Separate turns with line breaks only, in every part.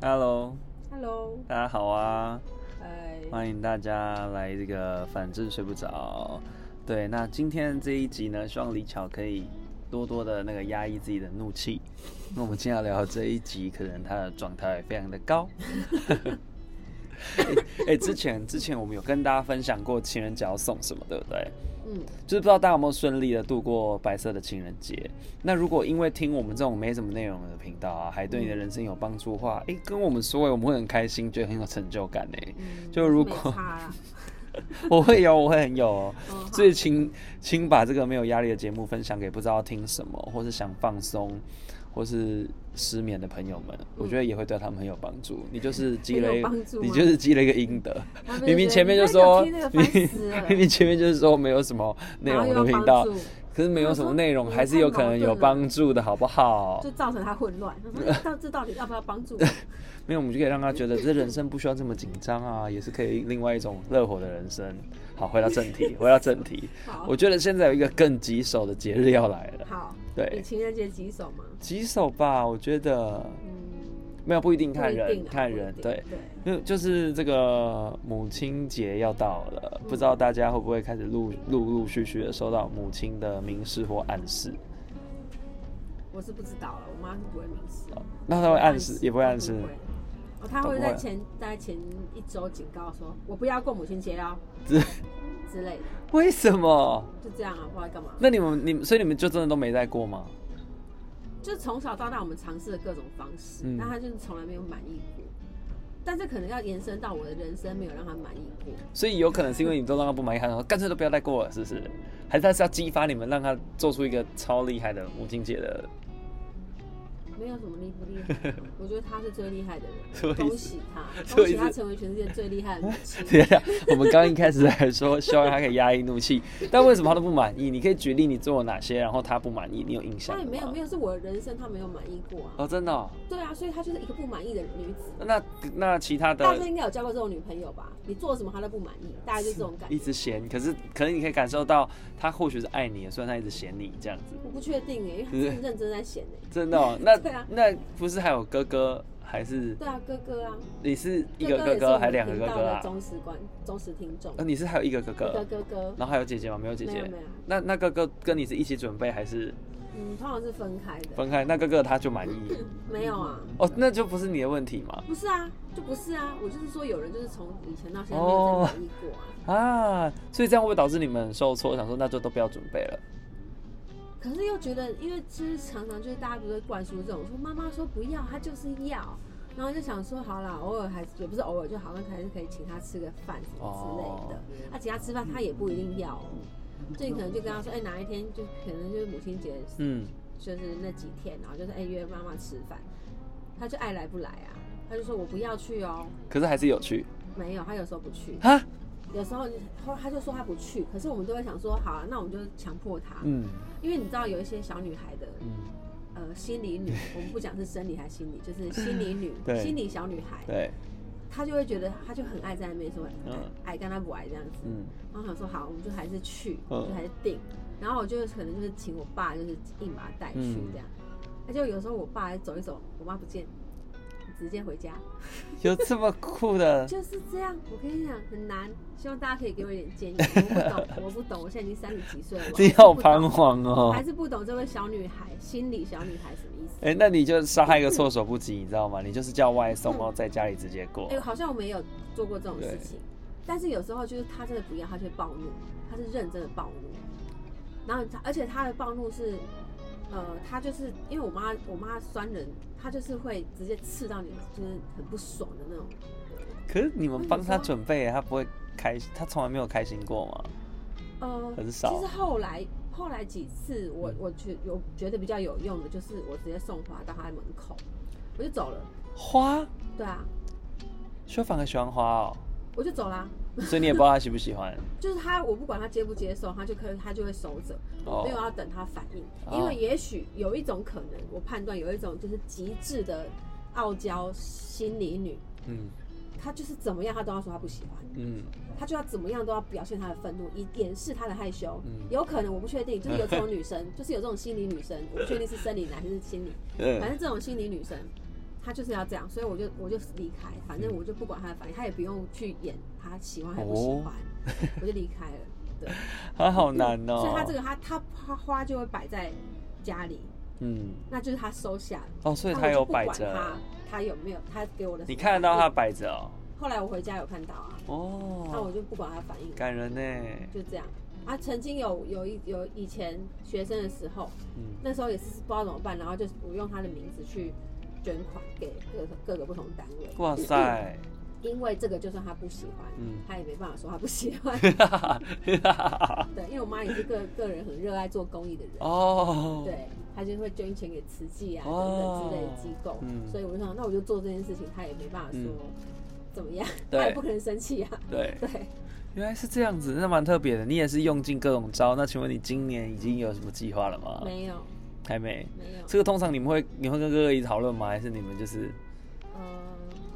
Hello，
Hello，
大家好啊！
哎，
欢迎大家来这个反正睡不着。对，那今天这一集呢，希望李巧可以多多的那个压抑自己的怒气。那我们今天要聊这一集，可能他的状态非常的高。哎、哎之前之前我们有跟大家分享过情人节要送什么，对不对？
嗯，
就是不知道大家有没有顺利的度过白色的情人节。那如果因为听我们这种没什么内容的频道啊，还对你的人生有帮助的话，诶，跟我们说、诶我们会很开心，觉得很有成就感呢、
嗯
就如
没
果
差啦
我会有，我会很有、哦。
嗯好
所以请请把这个没有压力的节目分享给不知道听什么，或是想放松，或是失眠的朋友们，我觉得也会对他们很有帮助。你就是积
嗯很
累
有帮助，吗
你就是积累一个阴德。
他们
明明
觉得
前面就
你那
说
个听那个，
明
烦死了
明明前面就是说没有什么内
然后
容的
又
频
帮
道
助，啊
可是没有什么内容，
我说
还是有可能有帮助的，好不好
就？造成他混乱。他 说哎到这到底要不要帮助我？
没有，我们就可以让他觉得这人生不需要这么紧张啊，也是可以另外一种热火的人生。好，回到正 题，回到正题。
好
我觉得现在有一个更棘手的节日要来了，
好，你
对，
情人节几首吗？
棘手吧？我觉得
嗯，
没有不一定
不
看
一
人，
定啊
看
不一
人
定
对。
对，
就就是这个母亲节要到
嗯
了，不知道大家会不会开始陆陆陆续续的收到母亲的明示或暗示？
我是不知道了，我妈是不会明示，
那他会暗示，也不会暗示
她。会哦，她
她
会
不
在
会
前大概前一周警告说，我不要过母亲节哦
之
之类的，
为什么？
就这样啊，不知道干嘛。
那你们你们所以你们就真的都没在过吗？
就从小到大我们尝试了各种方式，
嗯
但他就是从来没有满意过。但这可能要延伸到我的人生，没有让他满意过。
所以有可能是因为你都让他不满意，他说干脆都不要再过了，是不是？还是他是要激发你们，让他做出一个超厉害的母亲节的？
没有什么厉不厉 害，我觉得他是最厉害的
什么意思
人，恭喜他，
什么
恭
意思
喜他成为全世界最厉害的母 亲。
对呀，我们刚一开始还说希望他可以压抑怒气，但为什么他都不满意？你可以举例你做了哪些，然后他不满意，你有印象
他也没有没
有
有是我的人生，他没有满意过啊。
哦，真的、哦。
对啊，所以他就是一个不满意的女子。
那那其他
大家
的
应该有交过这种女朋友吧？你做什么他都不满意，大概就这种感
一
觉。
直嫌，可是可能你可以感受到他或许是爱你的，虽然他一直嫌你这样子，
我不确定哎、因为他真的认真在显哎、
真的、 哦。那、
对啊
那不是还有哥哥，还是
对啊，哥哥啊，
你是一个
哥
哥
也是
哥，
我们
还两个哥
频道
哥
的
啊？
忠实观忠实听众
呃，。你是还有一个哥
一个
哥，
哥哥，
然后还有姐姐吗？没有姐
没有
姐
没。有，
那那哥哥跟你是一起准备还是
嗯，通常是分开的。
分开？那哥哥他就满意
没有啊，
哦，那就不是你的问题嘛
不是啊，就不是啊。我就是说，有人就是从以前到现在没有再满意过啊。
啊，所以这样会不会导致你们很受挫？想说那就都不要准备了，
可是又觉得，因为就是常常就是大家不是会灌输这种，说妈妈说不要，她就是要。然后就想说，好啦，偶尔还是也不是偶尔，就好像还是可以请她吃个饭什么之类的。啊，请她吃饭，她也不一定要哦。所以可能就跟她说，哎、哪一天就可能就是母亲节，
嗯。
就是那几天，然后就是哎、约妈妈吃饭，她就爱来不来啊，她就说我不要去哦，
可是还是有趣
没有，她有时候不去。
哈，
有时候你后他就说他不去，可是我们都会想说，好、啊，那我们就强迫他，
嗯
因为你知道有一些小女孩的
嗯，
呃心理 女，我们不讲是生理还是心理，就是心理女
对，
心理小女孩，
对，
她就会觉得她就很爱在那边说
嗯
爱跟她不爱这样子，
嗯。
然后想说好，我们就还是去，
嗯
我们就还是定，然后我就可能就是请我爸就是硬把她带去
嗯
这样，而且有时候我爸走一走，我妈不见，直接回家，
有这么酷的
就是这样，我跟你讲很难，希望大家可以给我一点建议。我不懂，我不懂，我现在已经三十几岁了，我 还
你
是
好
不懂
彷，徨哦
还。是不懂这位小女孩心理小女孩什么意思？
哎、那你就杀害一个措手不及，你知道吗？你就是叫外送，然后在家里直接过
哎、。好像我们也有做过这种事情，但是有时候就是她真的不要，她就会暴怒，她是认真的暴怒，然后她而且她的暴怒是。呃，她就是因为我妈，我妈酸人，她就是会直接刺到你，就是很不爽的那种。
可是你们帮他准备，他不会开，他从来没有开心过吗？
呃，
很少嗯
其实后来后来几次我，我觉有觉得比较有用的，就是我直接送花到他的门口，我就走了。
花，
对啊，
修反而喜欢花 哦，
我就走啦。
所以你也不知道他喜不喜欢。
就是他，我不管他接不接受，他就可以他就会收着，
哦
我没有要等他反应。
哦
因为也许有一种可能，我判断有一种就是极致的傲娇心理女，
嗯
她就是怎么样她都要说她不喜欢。
嗯，
她就要怎么样都要表现她的愤怒，以掩饰她的害羞。
嗯
有可能我不确定，就是有这种女生，就是有这种心理女生，我不确定是生理男还是心理，
嗯
反正这种心理女生，他就是要这样，所以我就我就离开，反正我就不管他的反应，他也不用去演他喜欢还不喜欢，
哦
我就离开了。对，
他好难哦。
所以他这个他他他花就会摆在家里，
嗯，
那就是他收下了。
哦，所以
他
有摆着。
他他有没有他给我的？
你看得到他摆着哦。
后来我回家有看到啊，
哦，
那我就不管他反应，
感人呢。
就这样。啊，曾经有有一有以前学生的时候，
嗯
那时候也是不知道怎么办，然后就我用他的名字去捐款给各各个不同单位。
哇塞，
因为这个，就算他不喜欢，
嗯
他也没办法说他不喜欢。 对，因为我妈也是个个人很热爱做公益的人，
哦，
对，她就会捐钱给慈济啊、
哦
等等之类的机构，
嗯
所以我就想，那我就做这件事情，她也没办法说、
嗯
怎么样，
对
她也不可能生 气啊。
对
对，
原来是这样子，那蛮特别的。你也是用尽各种招，那请问你今年已经有什么计划了吗？
没有
还没。
没有，
这个通常你们会你会跟哥哥一起讨论吗？还是你们就是
呃，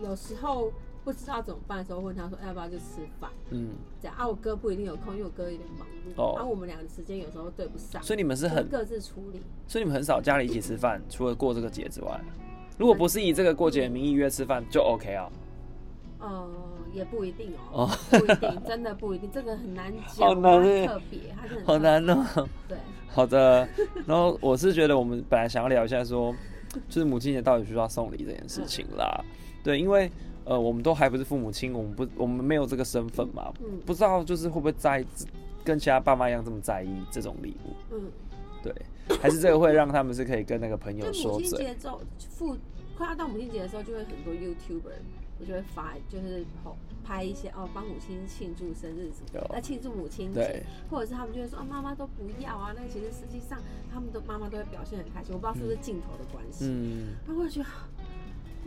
有时候不知道怎么办的时候，问她说要不要去吃饭，
嗯？
这样啊，我哥不一定有空，因为我哥有点忙碌，
哦
啊，我们俩的时间有时候对不上，
所以你们是
就
很，
各自处理。
所以你们很少家里一起吃饭，除了过这个节之外，如果不是以这个过节的名义约吃饭，就 OK 啊。
呃，也不一定
哦
哦，不一定，真的不一定，这个很难讲，
好难耶
它特别，它真的很
好
特别。
难哦。
对，
好的，然后我是觉得我们本来想要聊一下说，就是母亲节到底需不需要送礼这件事情啦。对，因为呃，我们都还不是父母亲，我们不，我们没有这个身份嘛，
嗯
不知道就是会不会在意跟其他爸妈一样这么在意这种礼物，
嗯，
对，还是这个会让他们是可以跟那个朋友
就母
说
亲
嘴，
节之后，父快要到母亲节的时候，就会很多 YouTuber，我就会发，就是拍一些哦，帮母亲庆祝生日什么
有
的，来庆祝母亲
对
节，或者是他们就会说啊，妈妈都不要啊，那其实实际上他们的妈妈都会表现很开心，我不知道是不是镜头的关系，
嗯，
然后我就觉得，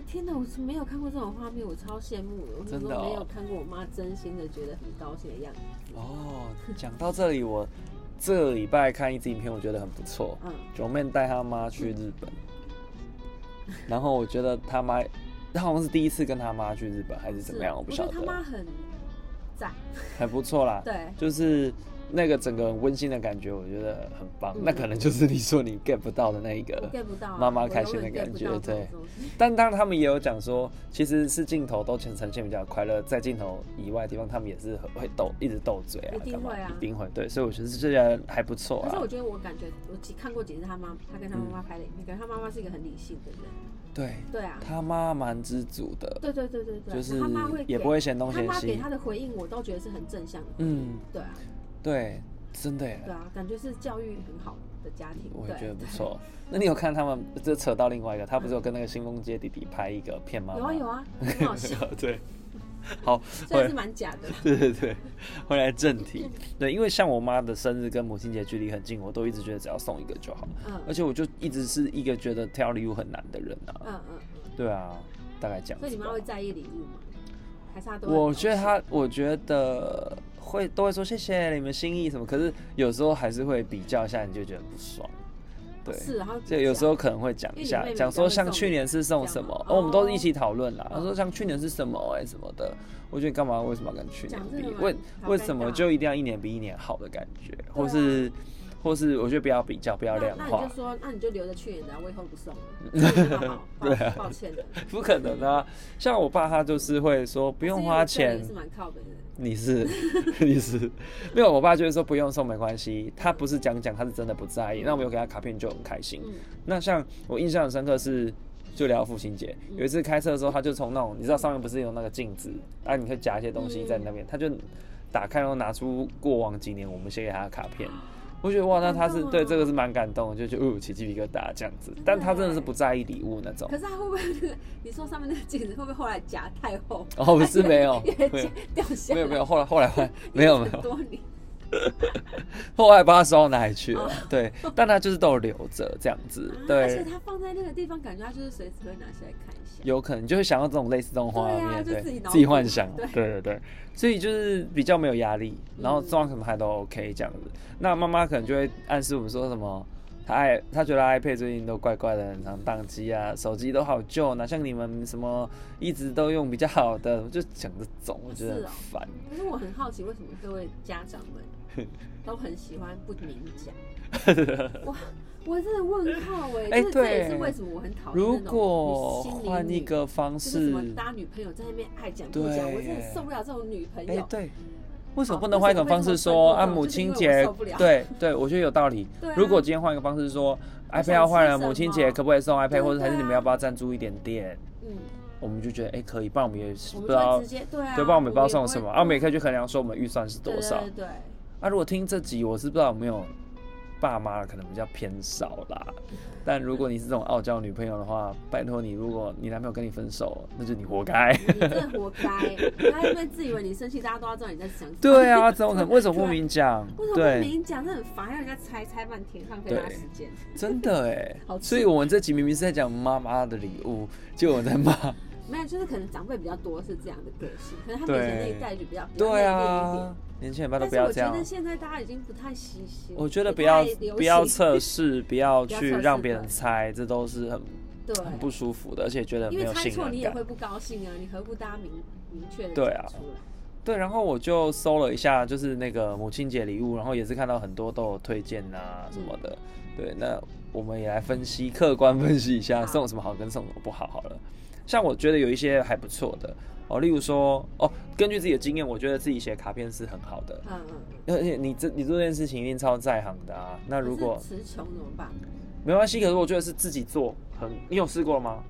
天哪，我是没有看过这种画面，我超羡慕的。我
真的
我没
哦
有看过我妈真心的觉得很高兴的样子。
哦，讲到这里，我这个礼拜看一支影片，我觉得很不错，
嗯，
九妹带她妈去日本，然后我觉得她妈，她好像是第一次跟她妈去日本还是怎么样，
是
我不
觉
晓
得他妈
得，
很赞，
还不错啦，
对，
就是那个整个温馨的感觉，我觉得很棒。
嗯
那可能就是你说你 get 不到的那一
我
个，
get 不到啊
呃妈妈
我
开
永
心的
远 get
感
不
觉
到这
对
种东西
但当然他们也有讲说，其实是镜头都呈呈现比较快乐，在镜头以外的地方，他们也是很会斗，一直斗嘴啊，
一定
干嘛
会啊
一定会，对，所以我觉得这家还不错
可是
啊
我，觉得我感觉我只看过几次他妈，他跟他妈妈拍的影片，感觉他妈妈是一个很理性的人。
对，
对啊，
他妈蛮知足的，
对对对对对，
就是
他妈会
也
给
不会嫌东
他
嫌
妈给
西
他，的回应，我都觉得是很正向的。
嗯，
对啊，
对，真的耶。
对啊，感觉是教育很好的家庭。
我也
对
觉得不
对
错。那你有看他们？这扯到另外一个，他不是有跟那个新风街弟弟拍一个骗妈妈？
有啊有
啊，
啊，很好笑，
对。好，
虽
回
然是蛮假的啦。
对对对，回来正题。对，因为像我妈的生日跟母亲节距离很近，我都一直觉得只要送一个就好。
嗯
而且我就一直是一个觉得挑礼物很难的人啊。
嗯嗯，
对啊，大概这样
所以
子
你
吧
妈会在意礼物吗？还是她都会哦
我觉得他，我觉得会都会说谢谢你们心意什么，可是有时候还是会比较一下，你就觉得不爽。对，
是，然后
就有时候可能会讲一
因
下
为你妹，妹
讲说
比较会
像去年是送什么，
送礼这样吗
哦，我们都是
哦
一起讨论啦。
哦
他说像去年是什么哎、什么的，我觉得干嘛为什么要跟去年
讲这个
比？
蛮
为
好
为
尴
什么
尬
就一定要一年比一年好的感觉，或
对啊
是或是我觉得不要比较，不要量
那那
化
你就，说，那你就留着去年的啊，我以后 不送了。那好
对啊
抱抱歉的，
不可能啊。像我爸他就是会说 不
不
用花钱
也，是蛮靠北的。
你是 你是，没有，我爸就是说不用送没关系，他不是讲讲，他是真的不在意。那我有给他卡片就很开心。
嗯
那像我印象很深刻是，就聊父亲节，有一次开车的时候，他就从那种你知道上面不是有那个镜子，啊，你可以夹一些东西在那
嗯
边，他就打开然后拿出过往几年我们写给他的卡片。我觉得哇，那他是
啊感动哦
对这个是蛮感动的，就觉得哦起鸡皮疙瘩这样子
真的。
但他真的
耶
是不在意礼物那种
可。是他会不会那个？你说上面那个镜子会不会后来夹太厚？，
哦，是没有
越
没有
夹掉下来？
没有没有，后来后来后来 没有没有
很。多年。
后来不知道收到哪里去了， 对，但他就是都有留着这样子
哦啊，而且
对，
他放在那个地方，感觉他就是随时会拿下来看一下。
有可能就会想到这种类似这种画
对啊
面，
就自
对，
己脑补
自己幻想，
对
对对对，所以就是比较没有压力，然后
嗯
状况什么还都 OK 这样子。那妈妈可能就会暗示我们说什么。她爱，她觉得 iPad 最近都怪怪的，很常宕机啊，手机都好旧，哪像你们什么一直都用比较好的，就讲这种，我觉得很
是哦
烦。
可是我很好奇，为什么各位家长们都很喜欢不明讲？哇，我真的问号哎、
哎
就是这也
对
是为什么我很讨厌
如
那
果
种心灵
换一
女
个方
就是什
式，
么搭女朋友在那边爱讲不讲，我真的受不了这种女朋
哎、
友。
对，为什么
好
不
为
能
什
换一
么
种方
会这么
式
尊
说
重
啊？
就
母
是因
亲
为我
节
受不了，
对对，我觉得有道理。
对啊
如果今天换一个方式说，iPad 要
吃
换了，
什
母亲
么
节可不可以送 iPad，
对
或者还是你们
对啊
要不要赞助一点点？
嗯，
我们就觉得哎、可以，不然我们也是
我
不知
们就会
道
直。接对啊，
对，不然我们也不知道
也
送
会
什么，啊，我们也可以去衡量说我们预算是多少
对。对对
啊，如果听这集，我是不知道有没有爸妈可能比较偏少啦。但如果你是这种傲娇女朋友的话，拜托你，如果你男朋友跟你分手，那就你活该。
对你真的活该，他因为自以为你生气，大家都要知道你在想什么。
对啊，怎么可能？为什么不明讲
为什？么不
对，
明讲？这很烦，让人家猜猜半天，浪费大家
对
时间。
真的哎
好。气
所以我们这集明明是在讲妈妈的礼物，结果我 在骂。
没有，就是可能长辈比较多是这样的个性，可能他们以前那
对
一代就比较比较内
对
敛一点
啊。，年轻人吧都
但
不
是
要
我
这
觉
样。
得现在大家已经不太喜新，
我觉得不
不
要
太流
不要
行
测试，不要
不要
去
测试
让别人
对
猜，这都是很
对，
很不舒服的，而且觉得
因
没
为
有
猜
信
错你
任
也
感
会。不高兴啊，你何不大家明明确的
对啊
出来？
对，然后我就搜了一下，就是那个母亲节礼物，然后也是看到很多都有推荐啊什么的。对，那我们也来分析，客观分析一下
嗯好
送什么好跟送什么不好好了。像我觉得有一些还不错的哦，例如说哦，根据自己的经验，我觉得自己写卡片是很好的，
嗯嗯，嗯
而且你这你做这件事情一定超在行的啊。那如果
可是词穷怎么办？
没关系，可是我觉得是自己做很，你有试过吗？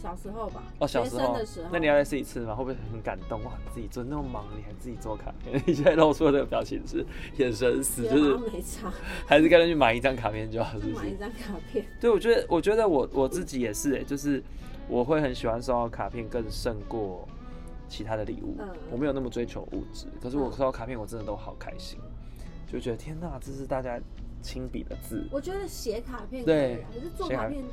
小时候吧，
哦，小
学
时
生
候
的时候，
那你要再试一次吗？会不会很感动？哇，自己做那么忙，你还自己做卡片？ 你现在露出的表情是眼神死，
觉
就
得
是
好像没差，
还是干脆去买一张卡片就好，是
就
不
买
是
一？张卡片，
对，我觉得，我觉得我我自己也是、欸，就是我会很喜欢收到卡片，更胜过其他的礼物。
嗯
我没有那么追求物质，可是我
嗯
收到卡片，我真的都好开心，就觉得天哪，这是大家亲笔的 字。
我觉得写卡片可
对
以啊，可是做
写
卡
卡
片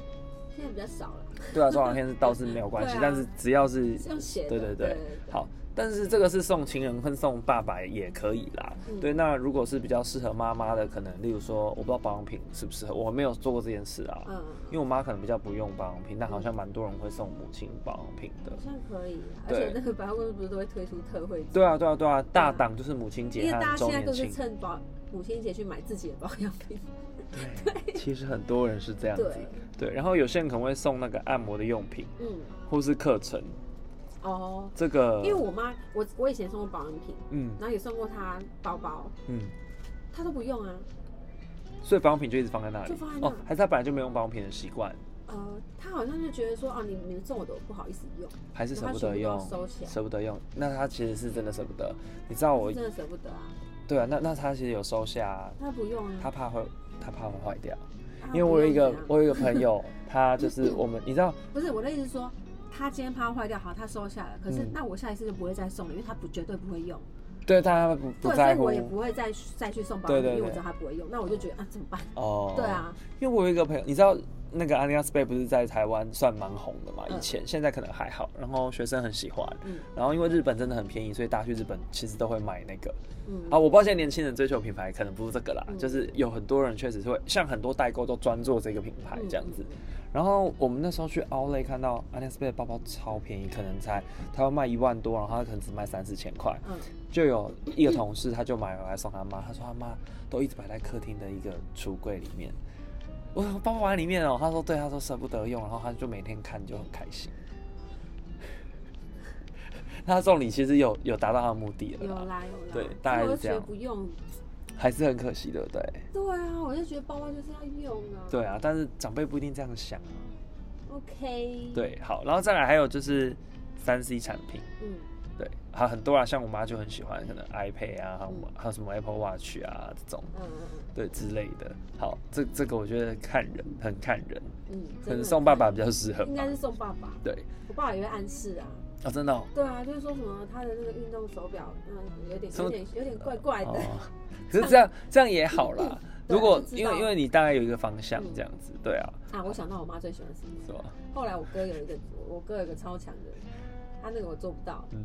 现在比较少了，
对啊，收卡片是倒是没有关系，
对啊
但是只要是
是用写的，
对对
对
对，好，但是这个是送情人跟送爸爸也可以啦。
嗯
对，那如果是比较适合妈妈的，可能例如说，我不知道保养品适不适合，我没有做过这件事啊。
嗯，
因为我妈可能比较不用保养品，但好像蛮多人会送母亲保养品的
好。像可以啊，而
对
且那个百货公司不是都会推出特惠
对啊，对啊，对啊，大档就是母亲节
嗯因为大
和
家现
周
在
年
都是
庆。
趁保母亲节去买自己的保养品，
对，其实很多人是这样子。
对，
对，然后有些人可能会送那个按摩的用品，
嗯，
或是课程。
哦，
这个，
因为我妈，我我以前送过保养品，
嗯
然后也送过她包包，
嗯，
她都不用啊，
所以保养品就一直放在那里。
就放在那
哦，还是他本来就没有保养品的习惯，
呃，她好像就觉得说，哦，你你们送我的我不好意思用，
还是舍不得
然后
用
他全部都收起，来
舍不得用。那他其实是真的舍不得。你知道哦我
真的舍不得啊，
对啊，那那他其实有收下，
她不用啊，
他怕会他怕会坏掉。
她
因为我有一
不用
个
这样
我有一个朋友，他就是我们，你知道，
不是我的意思是说。她今天怕坏掉，好，她收下了。可是、
嗯
那我下一次就不会再送了，因为她不绝对不会用，
对他不不
对，所
在
以
乎
我也不会再再去送保
对
养
对
品，因为我
对
知道她不会用。那我就觉得啊，怎么办？
哦。
对，啊，
因为我有一个朋友，你知道那个 Alina Spay 不是在台湾算蛮红的嘛？
嗯
以前现在可能还好，然后学生很喜欢，
嗯
然后因为日本真的很便宜，所以大家去日本其实都会买那个。
嗯，
啊，我不知道现在年轻人追求品牌可能不是这个啦，
嗯
就是有很多人确实是会，像很多代购都专做这个品牌
嗯
这样子。然后我们那时候去 Outlet 看到 a n i s b a y 的包包超便宜，可能才它要卖一万多，然后它可能只卖三四千块。
嗯，
就有一个同事他就买回来送他妈，他说他妈都一直摆在客厅的一个橱柜里面。我说包包摆在里面哦，他说对，他说舍不得用，然后他就每天看就很开心。他送礼其实有有达到他的目的了
有
啦，
啦有啦，
对大概
所以我
是这
就觉得
样
不用，
还是很可惜，对不对？
对啊，我就觉得包包就是要用啊。
对啊，但是长辈不一定这样想啊。
，OK，，
对，好，然后再来还有就是三 C 产品，
嗯，
对，还有很多啊，像我妈就很喜欢，可能 iPad 啊，还有还有什么 Apple Watch 啊这种，
嗯
对之类的。好，这这个我觉得看人，很看人，
嗯，
可能
真的
送爸爸比较适合吧。
应该是送爸爸，
对，
我爸爸也会暗示啊。
哦，真的哦，
对啊，就是说什么他的那个运动手表，嗯，有点
什么
有点有点怪怪的，
哦，可是这样这样也好啦。
对
如果
就知
因
道
为因为你大概有一个方向
嗯
这样子，对啊，
啊，我想到我妈最喜欢什么？
是吧？
后来我哥有一个，我哥有一个超强的，他那个我做不到，
嗯，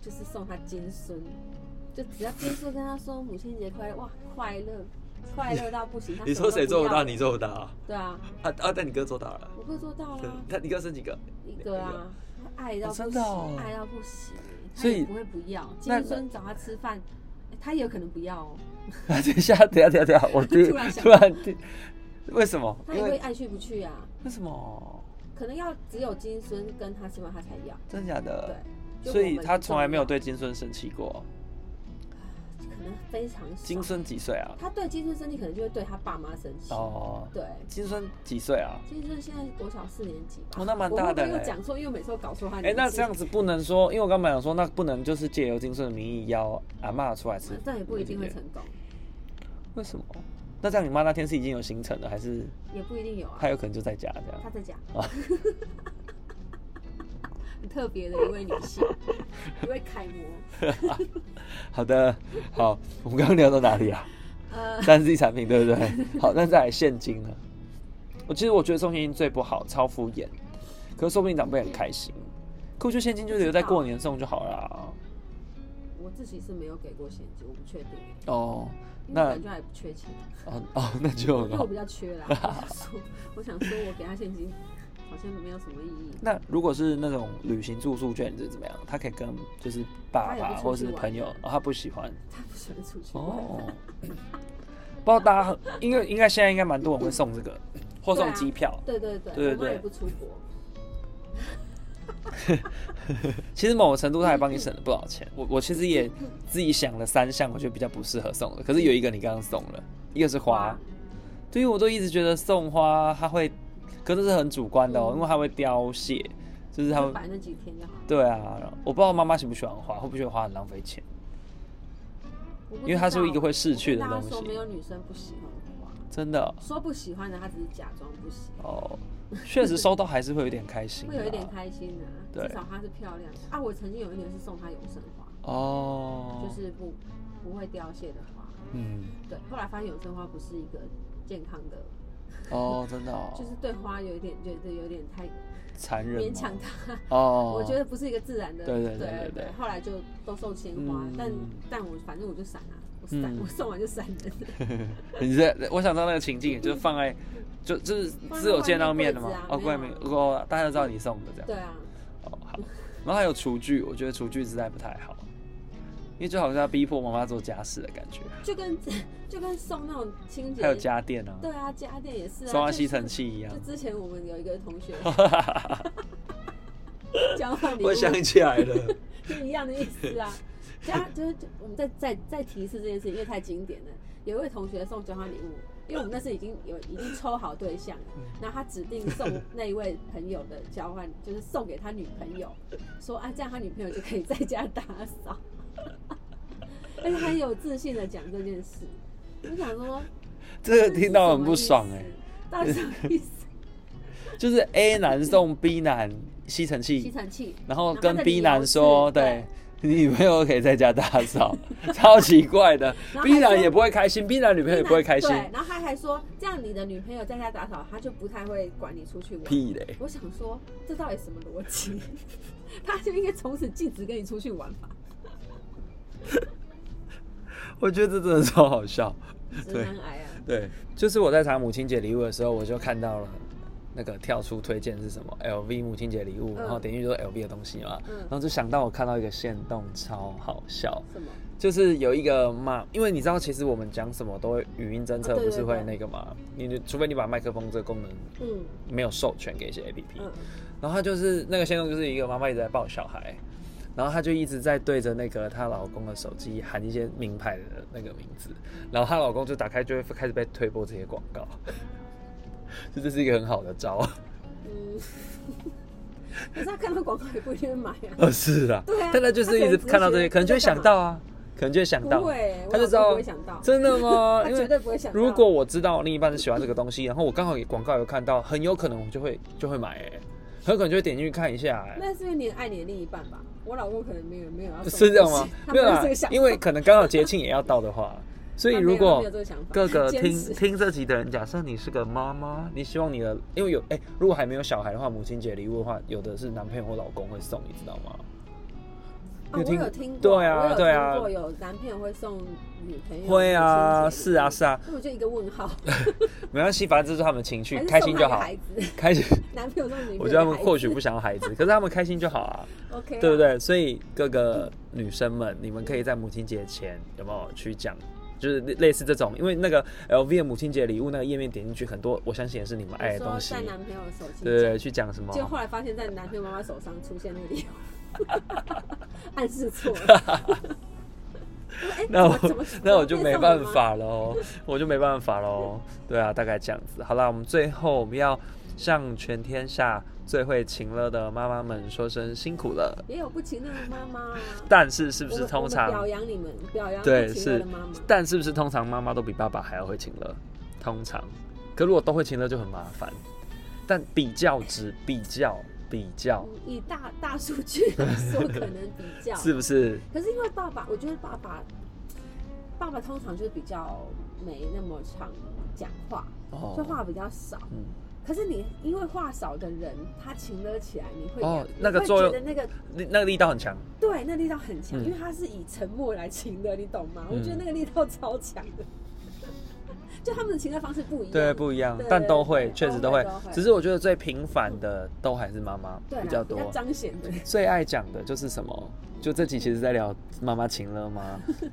就是送他金孙，就只要金孙跟他说母亲节快乐，哇，快乐，快乐到 不行。他什么都要了？
做不到啊？
对啊，
啊啊，但你哥做到了。
我哥做到啦。
他你哥生几 个？
一个啊，他爱
哦
到不
真
行，
的哦
爱到不行，他
所以
也不会不要。
那
金孙找他吃饭，哎、他也有可能不要哦，
啊等一下，等一下，等一下，等一下，我
突然想
突然听，为什么？
他也
因
会
为
爱去不去啊，
为什么？
可能要只有金孙跟他吃饭他才要，
真的假的？
对，就
所
我
以
们
他
这
从来
种
没有对金孙生气过。
可能非常少
金，孙几岁啊？
他对金孙生气，可能就会对他爸妈生气，
哦，
对。
金孙几岁啊？
金孙现在国小四年级吧，
哦那蛮大的
我会不会
嘞
又讲错，因为每次都搞错他
哎、
年纪。
那这样子不能说，因为我刚才想说，那不能就是借由金孙的名义邀阿嬷出来吃
呃，但也不一定会成功，
为什么？那这样你妈那天是已经有行程了，还是
也不一定有啊。
她有可能就在家这样？
他在讲
啊，
很特别的一位女性，一位楷模。
好的，好，我们刚刚聊到哪里啊？
呃，
三 C 产品对不对？好，那再来现金呢？我其实我觉得送现金最不好，超敷衍，可是说不定长辈很开心。可我觉得现金就留在过年送就好啦。
我自己是没有给过现金，我不确定耶，
哦，
因
那
为我感觉还不缺钱，
哦哦，那就
因
很
为我
好
比。较缺 啦。我想说，我想说我给他现金好像没有什么意义。
那如果是那种旅行住宿券是怎么样？他可以跟就是爸
他也不
爸
出去
或是
玩
朋友，哦、他不喜欢
他不喜欢出去玩，
哦。不知道大家很应该应该现在应该蛮多人会送这个，或
对
送
啊
机票。
对对对，
对对
我妈
对
也不出国，
其实某种程度他还帮你省了不少钱。
嗯
我我其实也自己想了三项，我觉得比较不适合送的。可是有一个你刚刚送了，一个是花
嗯花，
对于我都一直觉得送花它会，可是这是很主观的哦，
嗯
因为它会凋谢，就是它
就
会
摆那几天就好。
对啊。我不知道妈妈喜不喜欢花，会不会觉得花很浪费钱？
我不
因为它
知道
是一个会逝去的
我跟大
东
家说
西
没有女生不喜欢花，
真的
说不喜欢的，她只是假装不喜欢。
哦，确实收到还是会有点开心啊啦，
会有一点开心的、
对
至少它是漂亮的啊。我曾经有一年是送它永生花，
哦，
就是不不会凋谢的花。
嗯
对，后来发现永生花不是一个健康的，
哦，真的、哦，
就是对花有一点觉得有点太
残忍吗
勉强它，
哦，
我觉得不是一个自然的。
对对对
对
对对
后来就都送鲜花，
嗯
但但我反正我就闪啊，我闪、
嗯
我送完就闪 人。
你这，我想到那个情境，就是放在， 就就是只有见到面的嘛，哦，
放在
怪
外
没
面柜子
哦，大家都知道你送的这样。
啊对啊，
哦，好。然后还有厨具，我觉得厨具实在不太好，因为就好像要逼迫妈妈做家事的感觉。
就跟就跟送那种清洁，
还有家电啊，
对啊，家电也是啊，
送到
就
吸尘
是
器一样
就。之前我们有一个同 学 交换礼物
我想起来了，
就一样的意思啊。家就是就我们在在在提示这件事情，因为太经典了。有一位同学送交换礼物，因为我们那是已经有已经抽好对象
嗯
了，然后他指定送那一位朋友的交换， 就是送给他女朋友，说啊，这样他女朋友就可以在家打扫。 而且他很有自信的讲这件事，我想 说，
这个听到很不爽哎、
这是什么意思，到底什么意 思？
就是 A 男送 B 男吸尘
吸
器，
尘器，
然后
然后
跟
他的
B
理
男
由是
说，对
对。
你女朋友可以在家打扫， 超奇怪的。
然后还
B 男
说
也不会开心，B 男女朋友也不会开心，
对，然后他还说，这样你的女朋友在家打扫，他就不太会管你出去玩。
屁嘞！
我想说，这到底什么逻辑？ 他就应该从此禁止跟你出去玩吧？
我觉得这真的超好笑。
直男癌啊！
对，就是我在查母亲节礼物的时候，我就看到了那个跳出推荐是什么 LV 母亲节礼物，
嗯
然后点进去就是 LV 的东西嘛，
嗯
然后就想到我看到一个线动超好笑，
什么？
就是有一个妈，因为你知道其实我们讲什么都会语音侦测，
哦对
不是会
对对
那个嘛，你就除非你把麦克风这个功能
嗯
没有授权给一些 APP，、
嗯，
然后她就是那个线动就是一个妈妈一直在抱小孩。然后她就一直在对着那个她老公的手机喊一些名牌的那个名字，然后她老公就打开就会开始被推播这些广告， 就这是一个很好的 招。
嗯。可是他看到广告也不一定会买啊。
哦，是啊，
对啊
但她就是一直看到这些，可能
她可能
就会
只是觉得
想到啊，可能就会想到
不，会我
她就
老
知道
公不会想到
真的吗？
他
因
绝
为
对不会想到。
如果我知道另一半是喜欢这个东 西，然后我刚好也广告有看到，很有可能我就会就会买、欸，很有可能就会点进去看一下、欸。
那是因为你很爱你的另一半吧？我老公可能没有没有要送
是这样吗
东西？他
没
没
有
有
啦
这个想，法，
因为可能刚好节庆也要到的话，所以
他没有
如
他
果
没有这个想法
各个
坚
听
持
听这集的人，假设你是个妈妈，你希望你的，因为有哎、如果还没有小孩的话，母亲节礼物的话，有的是男朋友或老公会送，你知道吗？
啊，我
听
有听过，
对啊
我有
对
听
啊
过有男朋友会送女朋友
会啊，
母亲节
是
礼物
啊是啊，
那我就一个问号，
没关系，反正这是他们情绪，
还是
开
送
心就
他给
好，
孩子，
开心。
男朋友送女朋友给孩子，
我觉得他们或许不想要 孩子，可是他们开心就好啊，
OK，啊
对不？对？所以各个女生们，你们可以在母亲节前有没有去讲？就是类类似这种，因为那个 LV 的母亲节礼物那个页面点进去，很多我相信也是你们爱
你
的
说
哎东西
在。男朋友手机，
对对对，去讲什么？
就后来发现，在男朋友妈妈手上出现那个礼物，暗示错了。哎
那我
怎么怎么
那我就
怎么
没
变
办
送了吗
法喽，我就没办法喽。对啊，大概这样子。好啦，我们最后我们要向全天下最会情乐的妈妈们说声辛苦了。
也有不情愿的妈妈啊，
但是是
是
不是通
表
常？
扬你们，表扬
对
不情
是
愿的妈妈？
但是不是通常妈妈都比爸爸还要会情乐？通常，可如果都会情乐就很麻烦。但比较值比较比较，
嗯以大大数据来 说，可能比较
是不是？
可是因为爸爸，我觉得爸爸，爸爸通常就是比较没那么常讲话，
哦
说话比较少。
嗯，
可是你因为话少的人，他情勒起来，你会
哦
你
那个
会
作
觉
用
得那个
力那个力道很强。
对那力道很强，
嗯
因为他是以沉默来情勒，你懂吗？我觉得
嗯
那个力道超强的， 就他们的情勒方式不一样。
对，不一样
对，
但
对
都
对
会，确实都会
都会。
只是我觉得最频繁的都还是妈妈
对啦
比较多，
彰显的。
最爱讲的就是什么？就这集其实在聊妈妈情了 吗？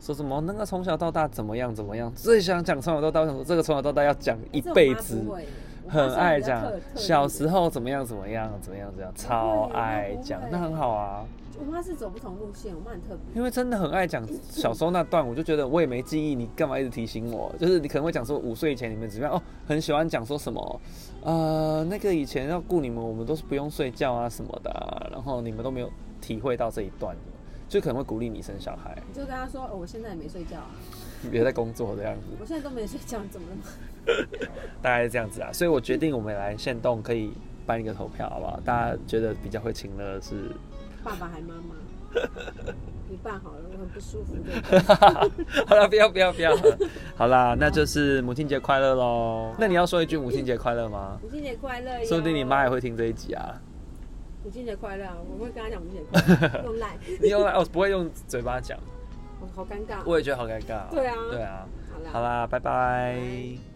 说什么那个从小到大怎么样怎么样？最想讲从小到大，我想说这个从小到大要讲一
这我
辈
妈
子
不，会耶，我妈
很爱
是比较
讲
特特
小
立的
时候怎么样怎么样怎么样怎么样，超爱讲
不，会哦
那很好啊。
我妈是走不同路线，我妈很特别。
因为真的很爱讲小时候那段，我就觉得我也没记忆，你干嘛一直提醒我？就是你可能会讲说五岁以前你们怎么样哦，很喜欢讲说什么，呃，那个以前要顾你们，我们都是不用睡觉啊什么的啊、然后你们都没有体会到这一段的，就可能会鼓励你生小孩，
你就跟她说、哦，我现在也没睡觉啊，
也在工作这样子，
我现在都没睡觉，怎么 了吗？
大概是这样子啊。所以我决定我们来限动可以办一个投票，好不好？大家觉得比较会请的是
爸爸还妈 妈，你办好了，我很不舒服的。
好了，不要不要不要。好啦，那就是母亲节快乐喽。那你要说一句母亲节快乐吗？
母亲节快乐哟！
说不定你妈也会听这一集啊。
母亲节快乐啊，我会跟她讲母亲节快 乐，用赖，哦
你用来哦，不会用嘴巴讲，
我好尴尬。
我也觉得好尴尬。
对啊
对啊。
好啦，
好啦，拜拜
拜